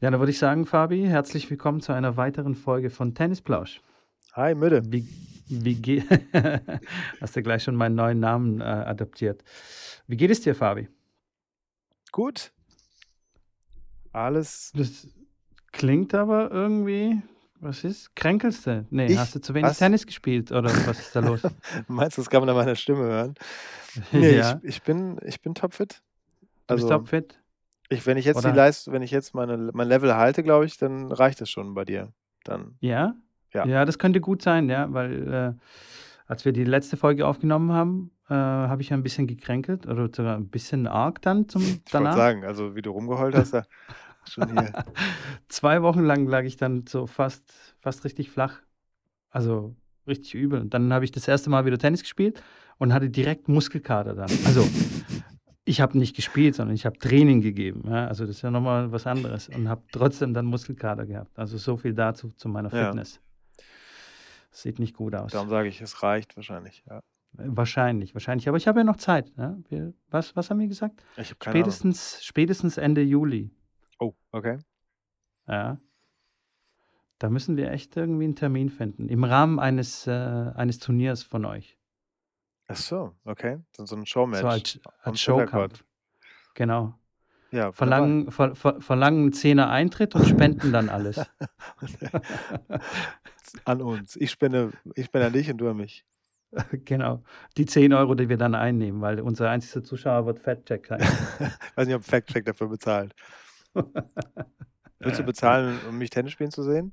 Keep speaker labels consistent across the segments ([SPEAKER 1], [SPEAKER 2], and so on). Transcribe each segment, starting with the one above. [SPEAKER 1] Ja, dann würde ich sagen, Fabi, herzlich willkommen zu einer weiteren Folge von Tennisplausch.
[SPEAKER 2] Hi, Müde.
[SPEAKER 1] Wie, wie geht. Hast du gleich schon meinen neuen Namen äh, adaptiert. Wie geht es dir, Fabi?
[SPEAKER 2] Gut. Alles.
[SPEAKER 1] Das klingt aber irgendwie. Was ist? Kränkelst du? Nee,
[SPEAKER 2] Ich?
[SPEAKER 1] hast du zu wenig
[SPEAKER 2] Was?
[SPEAKER 1] Tennis gespielt oder was ist da los?
[SPEAKER 2] Meinst du, das kann man an meiner Stimme hören? Nee,
[SPEAKER 1] ja,
[SPEAKER 2] ich, ich bin, ich bin topfit.
[SPEAKER 1] du bist
[SPEAKER 2] Also,
[SPEAKER 1] topfit.
[SPEAKER 2] ich, wenn ich jetzt
[SPEAKER 1] Oder-
[SPEAKER 2] die Leistung, wenn ich jetzt meine, mein Level halte, glaube ich, dann reicht das schon bei dir. Dann.
[SPEAKER 1] Ja?
[SPEAKER 2] Ja.
[SPEAKER 1] das könnte gut sein, ja, weil äh, als wir die letzte Folge aufgenommen haben, äh, habe ich ja ein bisschen gekränkelt oder sogar ein bisschen arg dann zum
[SPEAKER 2] Ich wollte
[SPEAKER 1] danach.
[SPEAKER 2] sagen, also wie du rumgeheult hast, da schon hier.
[SPEAKER 1] Zwei Wochen lang lag ich dann so fast, fast richtig flach. Also richtig übel. Und dann habe ich das erste Mal wieder Tennis gespielt und hatte direkt Muskelkater dann. Also ich habe nicht gespielt, sondern ich habe Training gegeben. Ja? Also das ist ja nochmal was anderes und habe trotzdem dann Muskelkater gehabt. Also so viel dazu zu meiner
[SPEAKER 2] Ja.
[SPEAKER 1] Fitness. Sieht nicht gut aus.
[SPEAKER 2] Darum sage ich, es reicht wahrscheinlich. Ja.
[SPEAKER 1] Wahrscheinlich, wahrscheinlich. Aber ich habe ja noch Zeit. Ne? Wir, was, was haben wir gesagt?
[SPEAKER 2] Ich habe keine
[SPEAKER 1] Spätestens, spätestens Ende Juli.
[SPEAKER 2] Ahnung. Oh, okay.
[SPEAKER 1] Ja. Da müssen wir echt irgendwie einen Termin finden. Im Rahmen eines, äh, eines Turniers von euch.
[SPEAKER 2] Ach so, okay. So, so ein Showmatch.
[SPEAKER 1] So halt als,
[SPEAKER 2] am
[SPEAKER 1] als Showkampf.
[SPEAKER 2] Kindergarten.
[SPEAKER 1] Genau.
[SPEAKER 2] ja,
[SPEAKER 1] Verlangen, ver, ver, verlangen einen Zehner Eintritt und spenden dann alles.
[SPEAKER 2] wunderbar. an uns. Ich spende, ich spende an dich und du an mich.
[SPEAKER 1] genau. Die 10 Euro, die wir dann einnehmen, weil unser einziger Zuschauer wird Fatcheck sein.
[SPEAKER 2] weiß nicht, ob Fact-Check dafür bezahlt. Willst du bezahlen, um mich Tennis spielen zu sehen?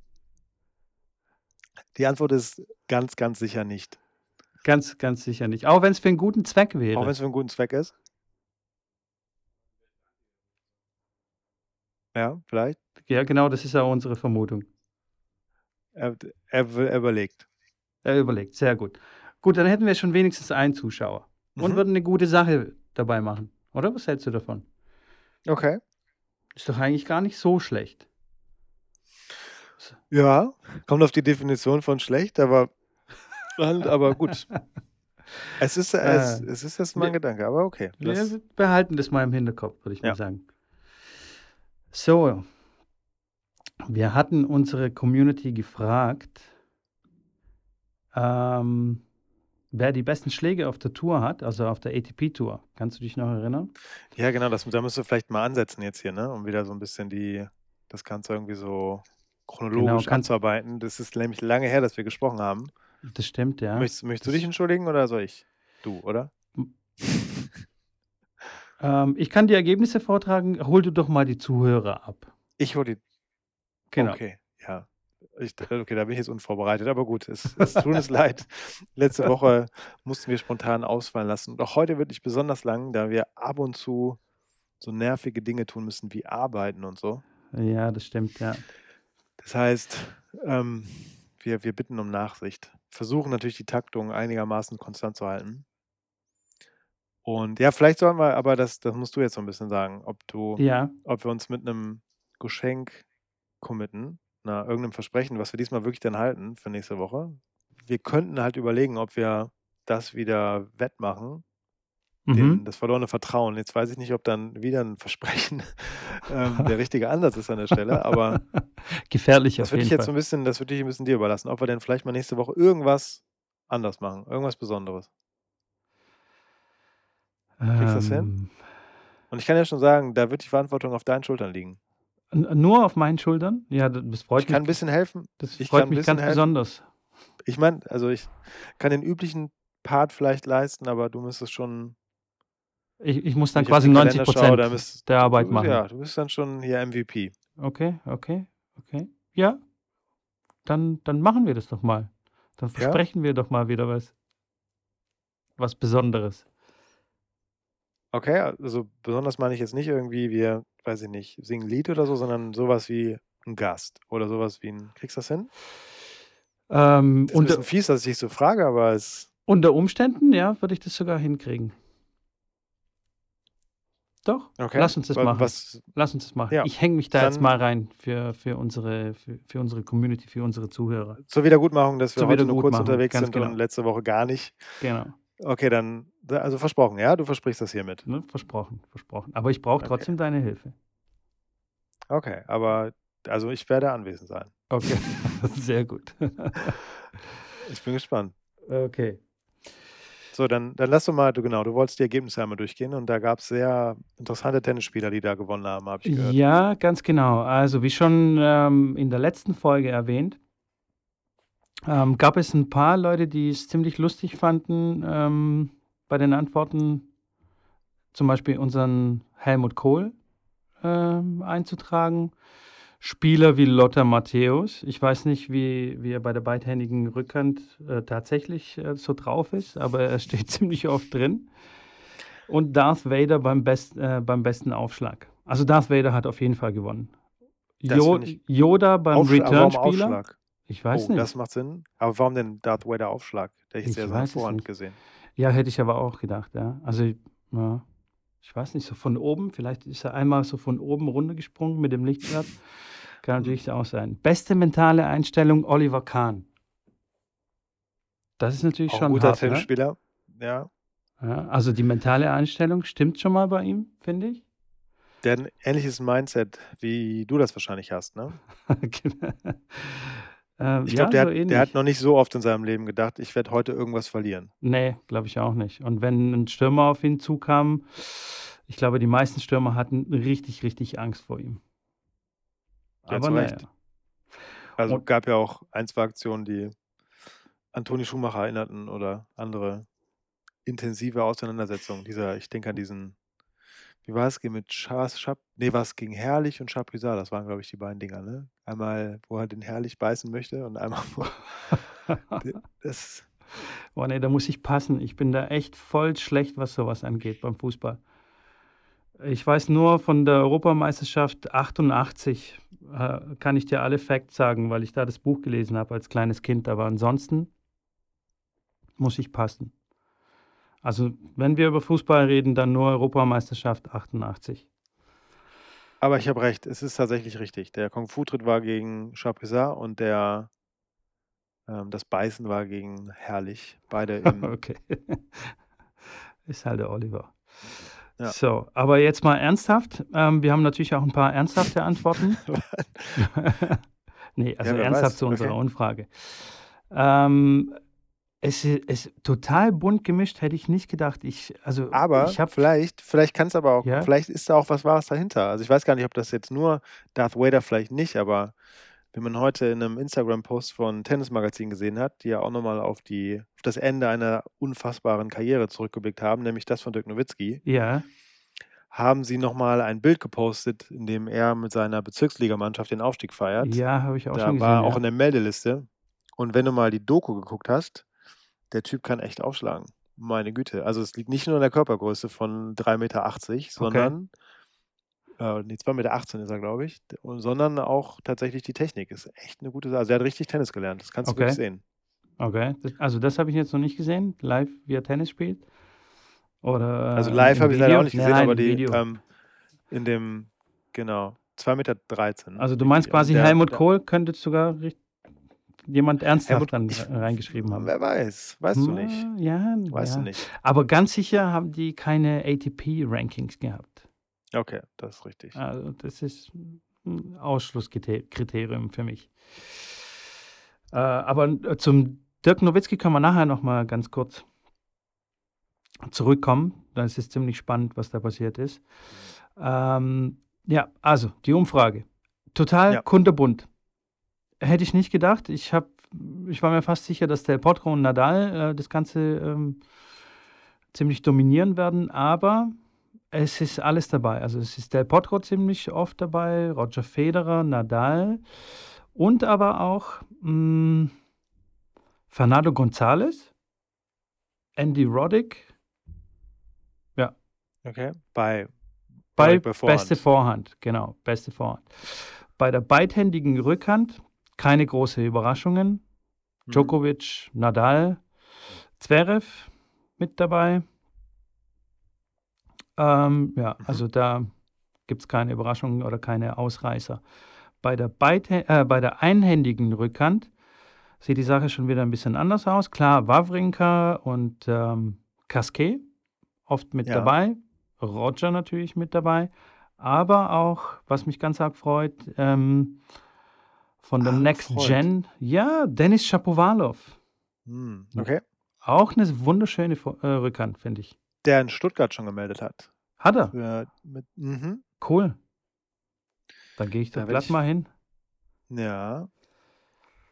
[SPEAKER 2] Die Antwort ist ganz, ganz sicher nicht.
[SPEAKER 1] ganz, ganz sicher nicht. Auch wenn es für einen guten Zweck wäre.
[SPEAKER 2] Auch wenn es für einen guten Zweck ist. Ja, vielleicht.
[SPEAKER 1] ja, genau, das ist ja unsere Vermutung.
[SPEAKER 2] Er, er, will- er überlegt.
[SPEAKER 1] Er überlegt, sehr gut. Gut, dann hätten wir schon wenigstens einen Zuschauer und
[SPEAKER 2] Mhm.
[SPEAKER 1] würden eine gute Sache dabei machen. Oder was hältst du davon?
[SPEAKER 2] Okay.
[SPEAKER 1] Ist doch eigentlich gar nicht so schlecht.
[SPEAKER 2] Ja, kommt auf die Definition von schlecht, aber, aber gut. Es ist, es,
[SPEAKER 1] Äh,
[SPEAKER 2] es ist erst mal ein
[SPEAKER 1] nee.
[SPEAKER 2] Gedanke, aber okay. Das,
[SPEAKER 1] wir behalten das mal im Hinterkopf, würde ich
[SPEAKER 2] Ja.
[SPEAKER 1] mal sagen. So, wir hatten unsere Community gefragt, ähm, wer die besten Schläge auf der Tour hat, also auf der ATP-Tour. Kannst du dich noch erinnern?
[SPEAKER 2] Ja, genau, das, da müsst ihr vielleicht mal ansetzen jetzt hier, ne? Um wieder so ein bisschen die, das Ganze irgendwie so chronologisch
[SPEAKER 1] kannst-
[SPEAKER 2] anzuarbeiten. Das ist nämlich lange her, dass wir gesprochen haben.
[SPEAKER 1] Das stimmt, ja.
[SPEAKER 2] möchtest, möchtest du
[SPEAKER 1] das-
[SPEAKER 2] dich entschuldigen oder soll ich? Du, oder?
[SPEAKER 1] Ähm, ich kann die Ergebnisse vortragen. Hol du doch mal die Zuhörer ab.
[SPEAKER 2] Ich hole die.
[SPEAKER 1] Genau.
[SPEAKER 2] Okay, ja. Ich, okay, da bin ich jetzt unvorbereitet, aber gut, es, es tut uns leid. Letzte Woche mussten wir spontan ausfallen lassen. Und auch heute wird nicht besonders lang, da wir ab und zu so nervige Dinge tun müssen wie arbeiten und so.
[SPEAKER 1] Ja, das stimmt, ja.
[SPEAKER 2] Das heißt, ähm, wir, wir bitten um Nachsicht. Versuchen natürlich die Taktung einigermaßen konstant zu halten. Und ja, vielleicht sollen wir, aber das, das musst du jetzt so ein bisschen sagen, ob du,
[SPEAKER 1] Ja,
[SPEAKER 2] ob wir uns mit einem Geschenk committen, na, irgendeinem Versprechen, was wir diesmal wirklich dann halten für nächste Woche. Wir könnten halt überlegen, ob wir das wieder wettmachen, den,
[SPEAKER 1] mhm.
[SPEAKER 2] das verlorene Vertrauen. Jetzt weiß ich nicht, ob dann wieder ein Versprechen ähm, der richtige Ansatz ist an der Stelle, aber
[SPEAKER 1] gefährlich
[SPEAKER 2] das
[SPEAKER 1] auf
[SPEAKER 2] würde ich
[SPEAKER 1] jeden
[SPEAKER 2] jetzt so ein
[SPEAKER 1] Fall.
[SPEAKER 2] bisschen, das würde ich ein bisschen dir überlassen, ob wir denn vielleicht mal nächste Woche irgendwas anders machen, irgendwas Besonderes. kriegst du das hin? Und ich kann ja schon sagen, da wird die Verantwortung auf deinen Schultern liegen.
[SPEAKER 1] Ähm, n- Nur auf meinen Schultern? Ja, das das freut
[SPEAKER 2] Ich kann ein
[SPEAKER 1] mich.
[SPEAKER 2] bisschen helfen.
[SPEAKER 1] Das
[SPEAKER 2] ich
[SPEAKER 1] freut
[SPEAKER 2] kann ein
[SPEAKER 1] mich
[SPEAKER 2] bisschen
[SPEAKER 1] ganz
[SPEAKER 2] helfen.
[SPEAKER 1] besonders.
[SPEAKER 2] Ich meine, also ich kann den üblichen Part vielleicht leisten, aber du müsstest schon
[SPEAKER 1] Ich, ich muss dann
[SPEAKER 2] wenn ich auf
[SPEAKER 1] quasi
[SPEAKER 2] den
[SPEAKER 1] 90
[SPEAKER 2] Kalender schaue, dann
[SPEAKER 1] Prozent
[SPEAKER 2] bist-
[SPEAKER 1] der Arbeit
[SPEAKER 2] du,
[SPEAKER 1] machen.
[SPEAKER 2] Ja, du bist dann schon hier MVP.
[SPEAKER 1] Okay, okay, okay. Ja, dann, dann machen wir das doch mal. Dann versprechen wir doch mal wieder was. Was Besonderes.
[SPEAKER 2] Okay, also besonders meine ich jetzt nicht irgendwie, wir, weiß ich nicht, singen ein Lied oder so, sondern sowas wie ein Gast oder sowas wie ein. Kriegst du das hin?
[SPEAKER 1] Ähm,
[SPEAKER 2] Das ist ein
[SPEAKER 1] unter,
[SPEAKER 2] bisschen fies, dass ich dich so frage, aber es.
[SPEAKER 1] unter Umständen, ja, würde ich das sogar hinkriegen. Doch,
[SPEAKER 2] Okay.
[SPEAKER 1] lass uns das
[SPEAKER 2] wa-
[SPEAKER 1] machen.
[SPEAKER 2] Was,
[SPEAKER 1] Lass uns das machen.
[SPEAKER 2] Ja,
[SPEAKER 1] Ich hänge mich da jetzt
[SPEAKER 2] dann-
[SPEAKER 1] mal rein für, für, unsere, für, für unsere Community, für unsere Zuhörer.
[SPEAKER 2] Zur Wiedergutmachung, dass wir
[SPEAKER 1] Zur
[SPEAKER 2] heute nur kurz
[SPEAKER 1] Wiedergutmachung,
[SPEAKER 2] unterwegs
[SPEAKER 1] ganz
[SPEAKER 2] sind und
[SPEAKER 1] genau.
[SPEAKER 2] letzte Woche gar nicht.
[SPEAKER 1] Genau.
[SPEAKER 2] Okay, dann, da- also versprochen, ja, du versprichst das hiermit.
[SPEAKER 1] Ne? Versprochen, versprochen. Aber ich brauche
[SPEAKER 2] Okay.
[SPEAKER 1] trotzdem deine Hilfe.
[SPEAKER 2] Okay, aber also ich werde anwesend sein.
[SPEAKER 1] Okay, sehr gut.
[SPEAKER 2] Ich bin gespannt.
[SPEAKER 1] Okay.
[SPEAKER 2] So, dann, dann lass doch mal, du genau, du wolltest die Ergebnisse einmal durchgehen und da gab es sehr interessante Tennisspieler, die da gewonnen haben, habe ich gehört.
[SPEAKER 1] Ja, ganz genau. Also, wie schon ähm, in der letzten Folge erwähnt, ähm, gab es ein paar Leute, die es ziemlich lustig fanden ähm, bei den Antworten, zum Beispiel unseren Helmut Kohl ähm, einzutragen. Spieler wie Lotta Matthäus. Ich weiß nicht, wie, wie er bei der beidhändigen Rückhand äh, tatsächlich äh, so drauf ist, aber er steht ziemlich oft drin. Und Darth Vader beim, Best, äh, beim besten Aufschlag. Also Darth Vader hat auf jeden Fall gewonnen.
[SPEAKER 2] Das
[SPEAKER 1] Jo
[SPEAKER 2] find ich-
[SPEAKER 1] Yoda beim
[SPEAKER 2] Aufschlag- warum
[SPEAKER 1] Return-Spieler.
[SPEAKER 2] Aufschlag?
[SPEAKER 1] Ich weiß
[SPEAKER 2] oh,
[SPEAKER 1] nicht.
[SPEAKER 2] das macht Sinn. Aber warum denn Darth Vader Aufschlag? Der
[SPEAKER 1] Ich
[SPEAKER 2] ist ja
[SPEAKER 1] weiß
[SPEAKER 2] so
[SPEAKER 1] es
[SPEAKER 2] Vorhand
[SPEAKER 1] nicht.
[SPEAKER 2] gesehen.
[SPEAKER 1] Ja, hätte ich aber auch gedacht, ja. Also, ja, ich weiß nicht, so von oben, vielleicht ist er einmal so von oben runtergesprungen mit dem Lichtschwert.
[SPEAKER 2] Mhm.
[SPEAKER 1] Kann natürlich auch sein. Beste mentale Einstellung Oliver Kahn. Das ist natürlich
[SPEAKER 2] Auch ein
[SPEAKER 1] schon
[SPEAKER 2] guter
[SPEAKER 1] hart, ne?
[SPEAKER 2] Tennisspieler. Ja.
[SPEAKER 1] ja, Also die mentale Einstellung stimmt schon mal bei ihm, finde ich.
[SPEAKER 2] Der hat ein ähnliches Mindset, wie du das wahrscheinlich hast, ne?
[SPEAKER 1] Genau. ähm,
[SPEAKER 2] Ich
[SPEAKER 1] ja,
[SPEAKER 2] glaube,
[SPEAKER 1] so
[SPEAKER 2] der, hat-
[SPEAKER 1] ähnlich.
[SPEAKER 2] der hat noch nicht so oft in seinem Leben gedacht, ich werde heute irgendwas verlieren.
[SPEAKER 1] Nee, glaube ich auch nicht. Und wenn ein Stürmer auf ihn zukam, ich glaube, die meisten Stürmer hatten richtig, richtig Angst vor ihm.
[SPEAKER 2] Ja,
[SPEAKER 1] Aber
[SPEAKER 2] zu
[SPEAKER 1] naja.
[SPEAKER 2] Recht. Also
[SPEAKER 1] Und-
[SPEAKER 2] gab ja auch ein, zwei Aktionen, die Antoni Schumacher erinnerten oder andere intensive Auseinandersetzungen. Dieser, ich denke an diesen, wie war es, gegen- mit Schas, Schap, nee, war es gegen Herrlich und Chapuisat, das waren, glaube ich, die beiden Dinger, ne? Einmal, wo er den Herrlich beißen möchte und einmal, wo das,
[SPEAKER 1] Boah, Oh, nee, da muss ich passen. Ich bin da echt voll schlecht, was sowas angeht beim Fußball. Ich weiß nur von der Europameisterschaft 88, äh, kann ich dir alle Facts sagen, weil ich da das Buch gelesen habe als kleines Kind. Aber ansonsten muss ich passen. Also, wenn wir über Fußball reden, dann nur Europameisterschaft 88.
[SPEAKER 2] aber ich habe recht, es ist tatsächlich richtig. Der Kung-Fu-Tritt war gegen Chapuisat und der, ähm, das Beißen war gegen Herrlich, beide im
[SPEAKER 1] Okay. Ist halt der Oliver.
[SPEAKER 2] Ja.
[SPEAKER 1] So, aber jetzt mal ernsthaft. Ähm, wir haben natürlich auch ein paar ernsthafte Antworten. nee, also
[SPEAKER 2] wer
[SPEAKER 1] ernsthaft
[SPEAKER 2] weiß.
[SPEAKER 1] zu unserer
[SPEAKER 2] Okay.
[SPEAKER 1] Umfrage. Ähm, es ist total bunt gemischt, hätte ich nicht gedacht. Ich, also,
[SPEAKER 2] Aber
[SPEAKER 1] ich habe
[SPEAKER 2] vielleicht, vielleicht kann es aber auch,
[SPEAKER 1] Ja?
[SPEAKER 2] vielleicht ist da auch was Wahres dahinter. Also ich weiß gar nicht, ob das jetzt nur Darth Vader vielleicht nicht, aber wenn man heute in einem Instagram-Post von Tennismagazin gesehen hat, die ja auch nochmal auf die, auf das Ende einer unfassbaren Karriere zurückgeblickt haben, nämlich das von Dirk Nowitzki,
[SPEAKER 1] Ja,
[SPEAKER 2] haben sie nochmal ein Bild gepostet, in dem er mit seiner Bezirksligamannschaft den Aufstieg feiert.
[SPEAKER 1] ja habe ich auch
[SPEAKER 2] da
[SPEAKER 1] schon gesehen.
[SPEAKER 2] war auch
[SPEAKER 1] ja.
[SPEAKER 2] in der Meldeliste. Und wenn du mal die Doku geguckt hast, der Typ kann echt aufschlagen. Meine Güte. Also es liegt nicht nur an der Körpergröße von 3,80 Meter, sondern äh, nee, 2,18 Meter ist er, glaube ich, d- und- sondern auch tatsächlich die Technik. Ist echt eine gute Sache. Also er hat richtig Tennis gelernt. Das kannst du
[SPEAKER 1] Okay.
[SPEAKER 2] wirklich sehen.
[SPEAKER 1] Okay, das, also das habe ich jetzt noch nicht gesehen, live, wie er Tennis spielt. Oder,
[SPEAKER 2] Also
[SPEAKER 1] äh,
[SPEAKER 2] live
[SPEAKER 1] im
[SPEAKER 2] habe ich leider
[SPEAKER 1] Video?
[SPEAKER 2] auch nicht gesehen,
[SPEAKER 1] Nein,
[SPEAKER 2] aber
[SPEAKER 1] im
[SPEAKER 2] die
[SPEAKER 1] Video.
[SPEAKER 2] ähm, in dem, genau, 2,13 Meter. ne?
[SPEAKER 1] Also du meinst
[SPEAKER 2] Irgendwie.
[SPEAKER 1] quasi,
[SPEAKER 2] der-
[SPEAKER 1] Helmut
[SPEAKER 2] der-
[SPEAKER 1] Kohl könnte sogar richt- jemand ernsthaft
[SPEAKER 2] Helmut-
[SPEAKER 1] dann
[SPEAKER 2] ich-
[SPEAKER 1] reingeschrieben haben.
[SPEAKER 2] Wer weiß, weißt du nicht.
[SPEAKER 1] Hm, Ja,
[SPEAKER 2] Weißt
[SPEAKER 1] ja.
[SPEAKER 2] du nicht.
[SPEAKER 1] Aber ganz sicher haben die keine ATP-Rankings gehabt.
[SPEAKER 2] Okay, das ist richtig.
[SPEAKER 1] Also das ist ein Ausschlusskriterium für mich. Äh, aber zum Dirk Nowitzki können wir nachher noch mal ganz kurz zurückkommen. Das ist ziemlich spannend, was da passiert ist. Ähm, ja, also die Umfrage. Total
[SPEAKER 2] Ja.
[SPEAKER 1] kunterbunt. Hätte ich nicht gedacht. Ich, hab, ich war mir fast sicher, dass Del Potro und Nadal äh, das Ganze ähm, ziemlich dominieren werden, aber es ist alles dabei. Also es ist Del Potro ziemlich oft dabei, Roger Federer, Nadal und aber auch mh, Fernando González, Andy Roddick
[SPEAKER 2] Okay. Bei,
[SPEAKER 1] bei
[SPEAKER 2] Roddick bei Vorhand.
[SPEAKER 1] beste Vorhand, genau, beste Vorhand. Bei der beidhändigen Rückhand keine großen Überraschungen.
[SPEAKER 2] Mhm.
[SPEAKER 1] Djokovic, Nadal, Zverev mit dabei. Ähm, ja,
[SPEAKER 2] Mhm.
[SPEAKER 1] also da gibt es keine Überraschungen oder keine Ausreißer. Bei der, Beidhä- äh, bei der einhändigen Rückhand sieht die Sache schon wieder ein bisschen anders aus. Klar, Wawrinka und ähm, Casquet oft mit
[SPEAKER 2] Ja.
[SPEAKER 1] dabei, Roger natürlich mit dabei, Aber auch, was mich ganz arg freut, ähm, von der
[SPEAKER 2] Ah,
[SPEAKER 1] Next
[SPEAKER 2] freut.
[SPEAKER 1] Gen, ja, Dennis Shapovalov.
[SPEAKER 2] Hm, okay.
[SPEAKER 1] Auch eine wunderschöne Vor- äh, Rückhand, finde ich.
[SPEAKER 2] Der in Stuttgart schon gemeldet hat.
[SPEAKER 1] Hat er.
[SPEAKER 2] Für, mit, mhm.
[SPEAKER 1] Cool. Dann gehe ich da
[SPEAKER 2] Da werd
[SPEAKER 1] glatt
[SPEAKER 2] ich-
[SPEAKER 1] mal hin.
[SPEAKER 2] Ja.